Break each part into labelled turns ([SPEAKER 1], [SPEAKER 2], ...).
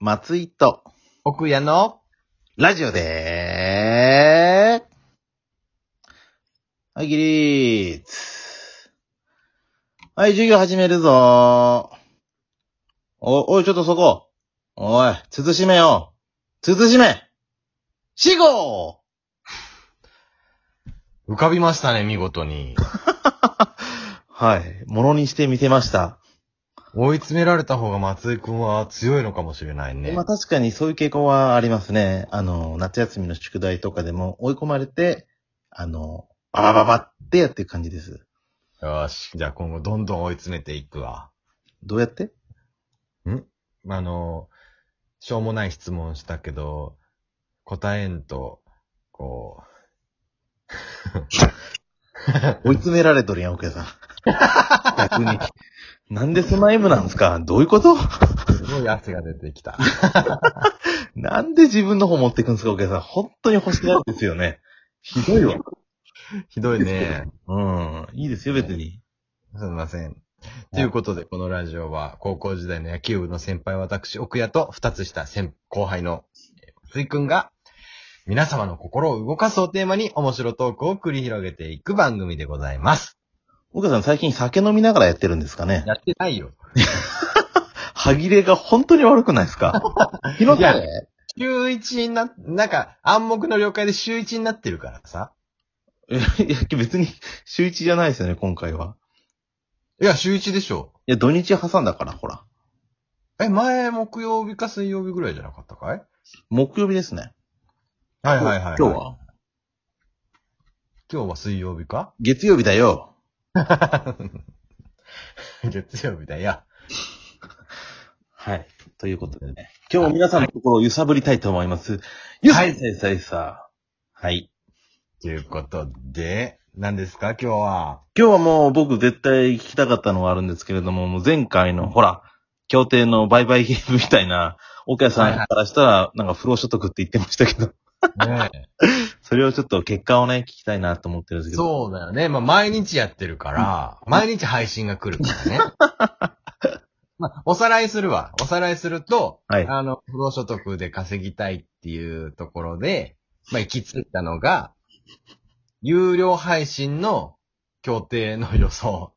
[SPEAKER 1] 松井と、
[SPEAKER 2] 奥屋の、
[SPEAKER 1] ラジオでーす。はい、ギリーツ。はい、授業始めるぞー。お、おい、ちょっとそこ。おい、慎めよ。慎め死後
[SPEAKER 2] 浮かびましたね、見事に。
[SPEAKER 1] はい、ものにしてみせました。
[SPEAKER 2] 追い詰められた方が松井くんは強いのかもしれないね
[SPEAKER 1] まあ。確かにそういう傾向はありますね。あの、夏休みの宿題とかでも追い込まれて、あの、ババババってやってる感じです。
[SPEAKER 2] よし。じゃあ今後どんどん追い詰めていくわ。
[SPEAKER 1] どうやって
[SPEAKER 2] あの、しょうもない質問したけど、答えんと、こ
[SPEAKER 1] 追い詰められとるやん、奥屋さん。逆に。なんでその M なんですかどういうこと
[SPEAKER 2] う、すごい汗が出てきた。
[SPEAKER 1] なんで自分の方持ってくんですか、奥屋さん。本当に欲しがるんですよね。ひどいわ。
[SPEAKER 2] ひどいね。
[SPEAKER 1] うん。いいですよ、別に。
[SPEAKER 2] すみません。ということで、このラジオは、高校時代の野球部の先輩、私、奥谷と、二つ下先、後輩の、えー松井くんが、皆様の心を動かすをテーマに、面白トークを繰り広げていく番組でございます。
[SPEAKER 1] 奥屋さん最近酒飲みながらやってるんですかね
[SPEAKER 2] やってないよ。
[SPEAKER 1] 歯切れが本当に悪くないですか気のせい
[SPEAKER 2] いや週一にな、なんか、暗黙の了解で週一になってるからさ。
[SPEAKER 1] いや、別に、週一じゃないですよね、今回は。
[SPEAKER 2] いや、週一でしょ。
[SPEAKER 1] いや、土日挟んだから、ほら。
[SPEAKER 2] え、前、木曜日か水曜日ぐらいじゃなかったかい
[SPEAKER 1] 木曜日ですね。
[SPEAKER 2] はい
[SPEAKER 1] 今日は
[SPEAKER 2] 今日は水曜日か
[SPEAKER 1] 月曜日だよ。
[SPEAKER 2] 月曜日だよ。
[SPEAKER 1] はい。ということでね。今日も皆さんの心を揺さぶりたいと思います。揺さいさいさいさ。はい。
[SPEAKER 2] ということで、何ですか今日 は。
[SPEAKER 1] 今日はもう僕絶対聞きたかったのはあるんですけれども、もう前回のほら、協定の売買ゲームみたいな、岡谷さんからしたら、なんか不労所得って言ってましたけど、
[SPEAKER 2] ね
[SPEAKER 1] それをちょっと結果をね、聞きたいなと思ってるんですけど。
[SPEAKER 2] そうだよね。まあ、毎日やってるから、毎日配信が来るからね。 まあ、おさらいするわ。おさらいすると、
[SPEAKER 1] はい
[SPEAKER 2] あの、不労所得で稼ぎたいっていうところで、まあ、行き着いたのが、有料配信の協定の予 想。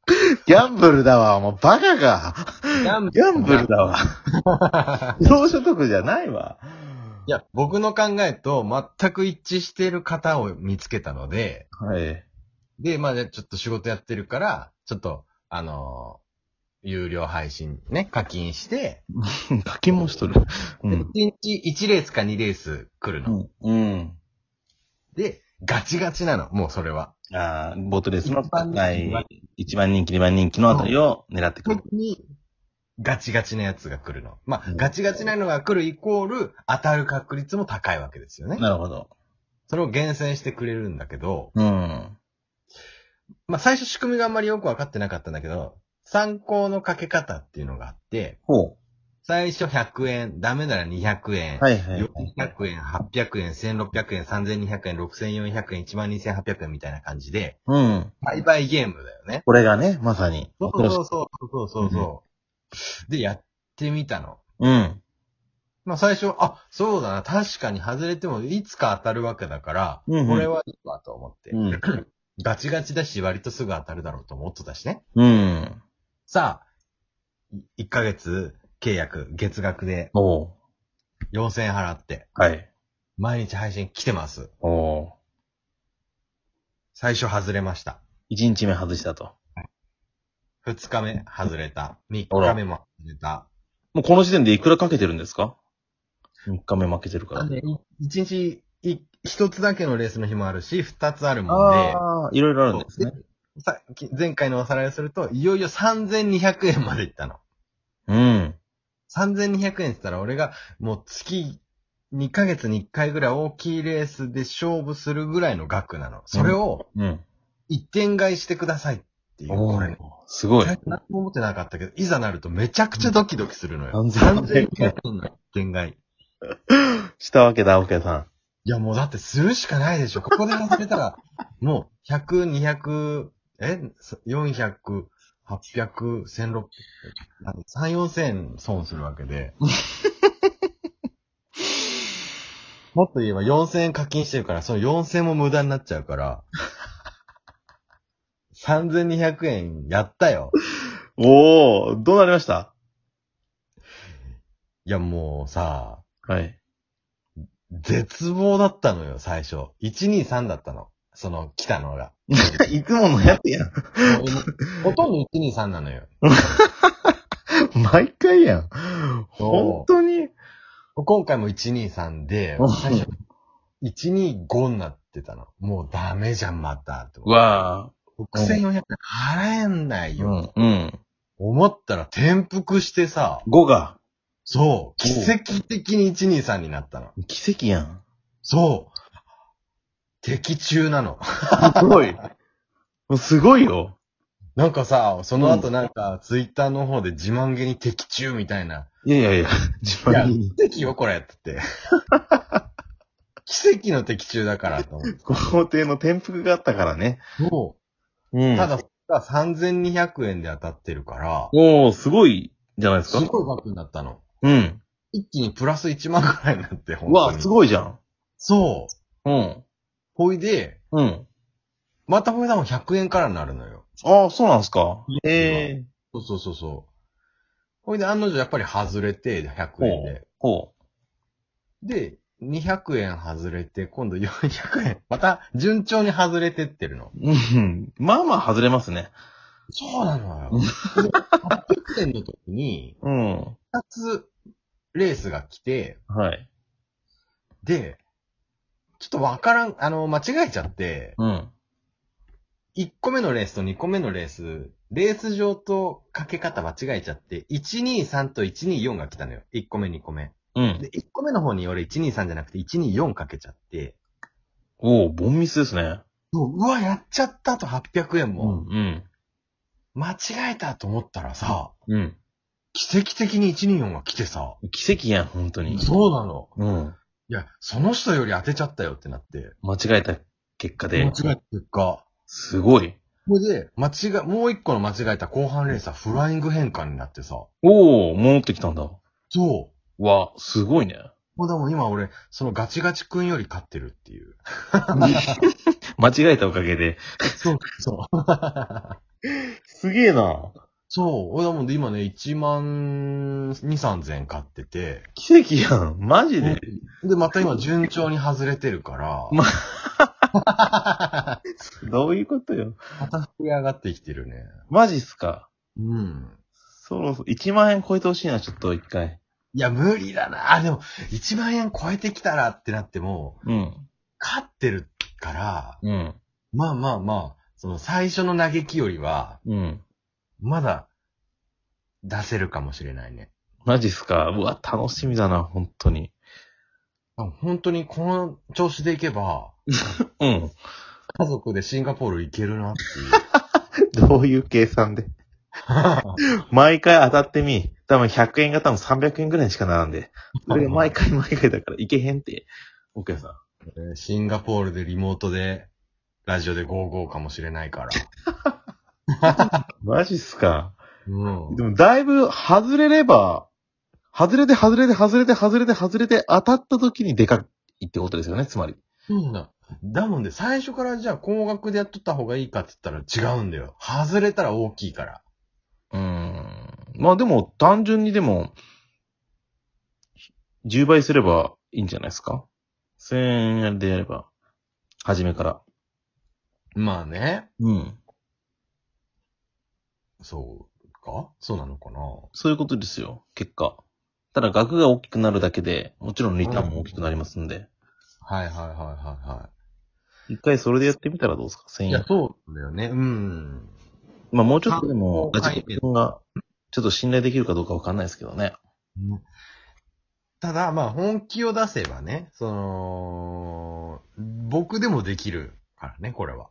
[SPEAKER 1] ギャンブルだわ、もうバカが。
[SPEAKER 2] ギャン
[SPEAKER 1] ギャンブルだわ。 不労所得じゃないわ。
[SPEAKER 2] いや、僕の考えと全く一致している方を見つけたので、
[SPEAKER 1] はい。
[SPEAKER 2] で、まあ、じゃあちょっと仕事やってるから、ちょっと、あのー有料配信ね、課金して、
[SPEAKER 1] 課金もしとる。う
[SPEAKER 2] 1
[SPEAKER 1] ん。
[SPEAKER 2] 日1レースか2レース来るの。
[SPEAKER 1] うん。
[SPEAKER 2] で、ガチガチなの、もうそれは。
[SPEAKER 1] ああ、ボートレースの
[SPEAKER 2] 一番人気
[SPEAKER 1] 高い、一番人気、二番人気のあたりを狙ってくる。
[SPEAKER 2] に、ガチガチなやつが来るの。まあ
[SPEAKER 1] う、ん
[SPEAKER 2] ガチガチなのが来るイコール、当たる確率も高いわけですよね。
[SPEAKER 1] なるほど。
[SPEAKER 2] それを厳選してくれるんだけど、
[SPEAKER 1] うん。
[SPEAKER 2] まあ、最初仕組みがあんまりよくわかってなかったんだけど、参考のかけ方っていうのがあって、
[SPEAKER 1] ほ
[SPEAKER 2] 最初100円、ダメなら200円、
[SPEAKER 1] う。はいはいはい。
[SPEAKER 2] 400円、800円、1600円、3200円、6400円、12800円みたいな感じで、
[SPEAKER 1] うん。
[SPEAKER 2] 売買ゲームだよね。
[SPEAKER 1] これがね、まさに。
[SPEAKER 2] そうそうそうそうそうそう。で、やってみたの。
[SPEAKER 1] うん。
[SPEAKER 2] まあ最初、あ、そうだな、確かに外れてもいつか当たるわけだから、
[SPEAKER 1] うんうん
[SPEAKER 2] これはいいわと思って、
[SPEAKER 1] うん。
[SPEAKER 2] ガチガチだし、割とすぐ当たるだろうと思ってたしね。
[SPEAKER 1] うん。
[SPEAKER 2] さあ、1ヶ月契約、月額で
[SPEAKER 1] おう。
[SPEAKER 2] 4000円払って、
[SPEAKER 1] はい。
[SPEAKER 2] 毎日配信来てます。
[SPEAKER 1] おう。
[SPEAKER 2] 最初外れました。
[SPEAKER 1] 一日目外したと。
[SPEAKER 2] 二日目外れた。三
[SPEAKER 1] あら
[SPEAKER 2] 日目も外れた。
[SPEAKER 1] もうこの時点でいくらかけてるんですか ?3 日目負けてるから。
[SPEAKER 2] 一日い一つだけのレースの日もあるし、二つあるもんで
[SPEAKER 1] ああ、いろいろあるんですね。
[SPEAKER 2] そう、さき前回のおさらいをすると、いよいよ3200円までいったの。
[SPEAKER 1] うん。
[SPEAKER 2] 3200円って言ったら俺がもう月2ヶ月に1回ぐらい大きいレースで勝負するぐらいの額なの。それを
[SPEAKER 1] うん。
[SPEAKER 2] 一点買いしてくださいっていう。
[SPEAKER 1] お
[SPEAKER 2] これ
[SPEAKER 1] ーすごい。
[SPEAKER 2] 最初何も思ってなかったけど、いざなるとめちゃくちゃドキドキするのよ。
[SPEAKER 1] うん
[SPEAKER 2] 3200円の一点買い。
[SPEAKER 1] したわけだ、オケさん。
[SPEAKER 2] いや、もうだってするしかないでしょ。ここで外れたら、もう、100、200、え ?400、800、1600、3、4000損するわけで。もっと言えば4000円課金してるから、その4000円も無駄になっちゃうから、3200円やったよ。
[SPEAKER 1] おー、どうなりました
[SPEAKER 2] いや、もうさ、
[SPEAKER 1] はい。
[SPEAKER 2] 絶望だったのよ、最初。123だったの。その、来たのが。
[SPEAKER 1] いつものやつやん。
[SPEAKER 2] ほとんど123なのよ。
[SPEAKER 1] 毎回やん。
[SPEAKER 2] そう
[SPEAKER 1] 本当に。
[SPEAKER 2] 今回も123で
[SPEAKER 1] うん、
[SPEAKER 2] 最初、125になってたの。もうダメじゃん、また。と
[SPEAKER 1] わ
[SPEAKER 2] 6400円払えんないよ。
[SPEAKER 1] うん、うん。
[SPEAKER 2] 思ったら転覆してさ、
[SPEAKER 1] 5が。
[SPEAKER 2] そう、奇跡的に123になったの。
[SPEAKER 1] 奇跡やん。
[SPEAKER 2] そう。敵中なの。
[SPEAKER 1] すごい。もうすごいよ。
[SPEAKER 2] なんかさ、その後なんか、ツイッターの方で自慢げに敵中みたいな。
[SPEAKER 1] いやいやいや、自
[SPEAKER 2] いや
[SPEAKER 1] 慢に。、
[SPEAKER 2] 奇跡よ、これって 言って。奇跡の敵中だからと思って。
[SPEAKER 1] 皇帝の転覆があったからね。
[SPEAKER 2] そうう。
[SPEAKER 1] ん
[SPEAKER 2] ただ、それが3200円で当たってるから、
[SPEAKER 1] おー、すごいじゃないです
[SPEAKER 2] す
[SPEAKER 1] か。
[SPEAKER 2] ごい額になったの。
[SPEAKER 1] うん。
[SPEAKER 2] 一気にプラス1万くらいになって、本
[SPEAKER 1] う
[SPEAKER 2] 当
[SPEAKER 1] わ、
[SPEAKER 2] に。
[SPEAKER 1] すごいじゃん。
[SPEAKER 2] そう。
[SPEAKER 1] うん。
[SPEAKER 2] ほいで、
[SPEAKER 1] うん。
[SPEAKER 2] またほいだもん100円からになるのよ。
[SPEAKER 1] ああ、そうなんすか。え
[SPEAKER 2] え
[SPEAKER 1] え。
[SPEAKER 2] そうそうそうそう。ほいで、案の定やっぱり外れて、100円で。
[SPEAKER 1] ほ
[SPEAKER 2] で、200円外れて、今度400円。また、順調に外れてってるの。
[SPEAKER 1] う。うん。まあまあ外れますね。
[SPEAKER 2] そうなのよ。
[SPEAKER 1] うん
[SPEAKER 2] で800円の時に、
[SPEAKER 1] うん。
[SPEAKER 2] 2つレースが来て、
[SPEAKER 1] はい。
[SPEAKER 2] で、ちょっとわからん、あの、間違えちゃって、
[SPEAKER 1] うん。
[SPEAKER 2] 1個目のレースと2個目のレース、レース上とかけ方間違えちゃって、123と124が来たのよ。1個目、2個目。
[SPEAKER 1] うん。
[SPEAKER 2] で、1個目の方に俺123じゃなくて124かけちゃって、
[SPEAKER 1] おお、ボンミスですね。
[SPEAKER 2] もううわ、やっちゃったと800円も。
[SPEAKER 1] うん。
[SPEAKER 2] 間違えたと思ったらさ、
[SPEAKER 1] うん。
[SPEAKER 2] 奇跡的に124が来てさ、
[SPEAKER 1] 奇跡やん、本当に。
[SPEAKER 2] そうなの。
[SPEAKER 1] う。うん。
[SPEAKER 2] いや、その人より当てちゃったよってなって。
[SPEAKER 1] 間違えた結果
[SPEAKER 2] 間
[SPEAKER 1] で
[SPEAKER 2] 違。えた結果。
[SPEAKER 1] すごい。
[SPEAKER 2] これで、間違え、もう一個の間違えた後半レースはフライング変換になってさ。
[SPEAKER 1] おお、戻ってきたんだ。
[SPEAKER 2] そ
[SPEAKER 1] わ、すご いね。
[SPEAKER 2] う。もうでも今俺、そのガチガチくんより勝ってるっていう。
[SPEAKER 1] 間違えたおかげで。
[SPEAKER 2] そう、そう。
[SPEAKER 1] すげえな。
[SPEAKER 2] そう。俺はもう今ね、1万2、3000円買ってて。
[SPEAKER 1] 奇跡やん。マジで。
[SPEAKER 2] で、また今順調に外れてるから。
[SPEAKER 1] ま
[SPEAKER 2] ま、
[SPEAKER 1] どういうことよ。
[SPEAKER 2] た膨れ上がってきてるね。
[SPEAKER 1] マジっすか。
[SPEAKER 2] うん。
[SPEAKER 1] そろそろ、1万円超えてほしいな、ちょっと一回。
[SPEAKER 2] いや、無理だな。あ、でも、1万円超えてきたらってなっても、
[SPEAKER 1] うん。
[SPEAKER 2] 勝ってるから、
[SPEAKER 1] うん。
[SPEAKER 2] まあまあまあ、その最初の嘆きよりは、
[SPEAKER 1] うん。
[SPEAKER 2] まだ、出せるかもしれないね。
[SPEAKER 1] マジっすか。うわ、楽しみだな、本当に。
[SPEAKER 2] あ本当にこの調子でいけば、
[SPEAKER 1] うん。
[SPEAKER 2] 家族でシンガポール行けるなっていう。
[SPEAKER 1] どういう計算 で。毎回当たってみ。多分100円が多分300円ぐらいにしかならんで。それが毎回毎回だから、いけへんって。お客さん。
[SPEAKER 2] えー シンガポールでリモートで、ラジオで55かもしれないから。
[SPEAKER 1] マジっすか。
[SPEAKER 2] うん
[SPEAKER 1] で。もだいぶ外れれば、外れて外れて外れて外れて外れて当たった時にでかいってことですよね、つまり。
[SPEAKER 2] そうだ。だもんで、最初からじゃあ高額でやっとった方がいいかって言ったら違うんだよ。外れたら大きいから。
[SPEAKER 1] うーん。まあでも単純にでも、10倍すればいいんじゃないですか ?1000 円でやれば、初めから。
[SPEAKER 2] まあね。
[SPEAKER 1] うん。
[SPEAKER 2] そうかそうなのかな
[SPEAKER 1] そういうことですよ、結果。ただ額が大きくなるだけで、もちろんリターンも大きくなりますんで。
[SPEAKER 2] はいはいはいはいは
[SPEAKER 1] 一回それでやってみたらどうですか ?1000
[SPEAKER 2] い。
[SPEAKER 1] 円。
[SPEAKER 2] いや、そうだよね。うん。
[SPEAKER 1] まあもうちょっとでも、
[SPEAKER 2] あ
[SPEAKER 1] ガチ君が、ちょっと信頼できるかどうかわかんないですけどね。
[SPEAKER 2] ただ、まあ、本気を出せばね、その、僕でもできるからね、これは。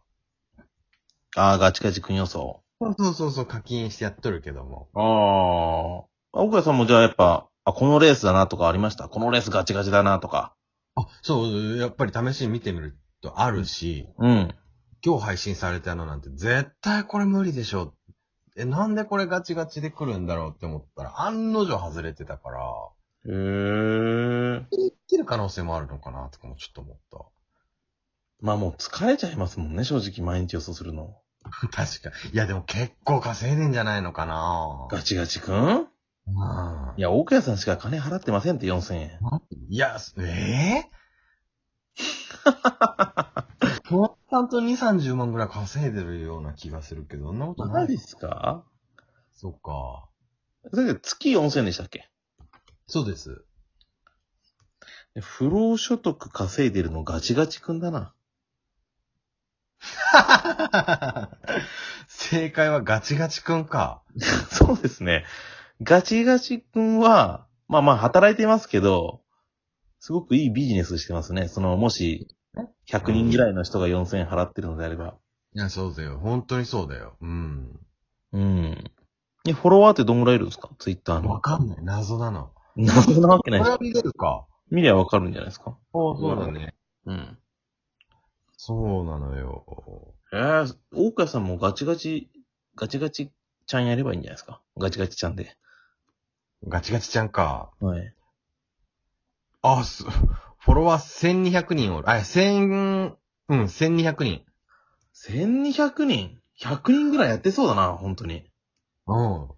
[SPEAKER 1] ああ、ガチガチ君予想。
[SPEAKER 2] そうそうそうそう、課金してやっとるけども。
[SPEAKER 1] ああ。岡さんもじゃあやっぱ、あ、このレースだなとかありましたこのレースガチガチだなとか。
[SPEAKER 2] あ、そう、やっぱり試しに見てみるとあるし、
[SPEAKER 1] うん。
[SPEAKER 2] 今日配信されたのなんて絶対これ無理でしょ。え、なんでこれガチガチで来るんだろうって思ったら、案の定外れてたから、
[SPEAKER 1] へえ。
[SPEAKER 2] できるる可能性もあるのかなとかもちょっと思っ
[SPEAKER 1] まあもう疲れちゃいますもんね、正直毎日予想するの。
[SPEAKER 2] た。 確かに。いや、でも結構稼いでんじゃないのかな
[SPEAKER 1] ガチガチくん
[SPEAKER 2] うん
[SPEAKER 1] いや、大家さんしか金払ってませんって4000円。
[SPEAKER 2] いや、すえぇ、ー、とちゃんと2、30万ぐらい稼いでるような気がするけど、そんなことな
[SPEAKER 1] マ
[SPEAKER 2] い。
[SPEAKER 1] ジですか
[SPEAKER 2] そっか。
[SPEAKER 1] だって月4000円でしたっけ
[SPEAKER 2] そうです。
[SPEAKER 1] で不労所得稼いでるのガチガチくんだな。
[SPEAKER 2] 正解はガチガチくんか。
[SPEAKER 1] そうですね。ガチガチくんは、まあまあ働いてますけど、すごくいいビジネスしてますね。その、もし、100人ぐらいの人が4000円払ってるのであれば。
[SPEAKER 2] いや、そうだよ。本当にそうだよ。うん。
[SPEAKER 1] うん。え、フォロワーってどんぐらいいるんですかツイッター
[SPEAKER 2] わ
[SPEAKER 1] の。
[SPEAKER 2] かんない。謎なの。
[SPEAKER 1] 謎なわけ
[SPEAKER 2] こ
[SPEAKER 1] ないでしょ。
[SPEAKER 2] れは見れるか。
[SPEAKER 1] 見りゃわかるんじゃないですか
[SPEAKER 2] あそうだね。
[SPEAKER 1] うん。
[SPEAKER 2] そうなのよ。
[SPEAKER 1] ええ大川さんもガチガチ、ガチガチちゃんやればいいんじゃないですかガチガチちゃんで。
[SPEAKER 2] ガチガチちゃんか。
[SPEAKER 1] はい。
[SPEAKER 2] あ、す、フォロワー1200人おる。あ、1000、うん、1200人。
[SPEAKER 1] 1200人 ?100 人ぐらいやってそうだな、本当に。
[SPEAKER 2] うん。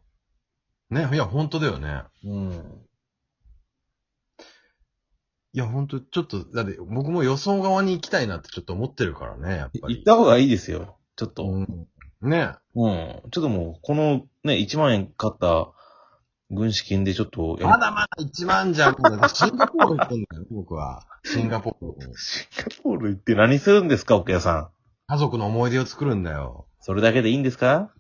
[SPEAKER 2] ね、いや、本当だよね。
[SPEAKER 1] うん。
[SPEAKER 2] いや、本当ちょっと、だって、僕も予想側に行きたいなってちょっと思ってるからね、やっぱ
[SPEAKER 1] 行っ
[SPEAKER 2] り。
[SPEAKER 1] た方がいいですよ。ちょっと。うん。
[SPEAKER 2] うん。ね。
[SPEAKER 1] ちょっともう、このね、1万円買った軍資金でちょっとや
[SPEAKER 2] ま
[SPEAKER 1] る。
[SPEAKER 2] だまだ1万じゃん。だ ってシンガポール行ってんだよ、僕は。シンガポールに。
[SPEAKER 1] シンガポール行って何するんですか、奥屋さん。
[SPEAKER 2] 家族の思い出を作るんだよ。
[SPEAKER 1] それだけでいいんですか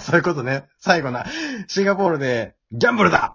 [SPEAKER 2] そういうことね。最後な。シンガポールで、ギャンブルだ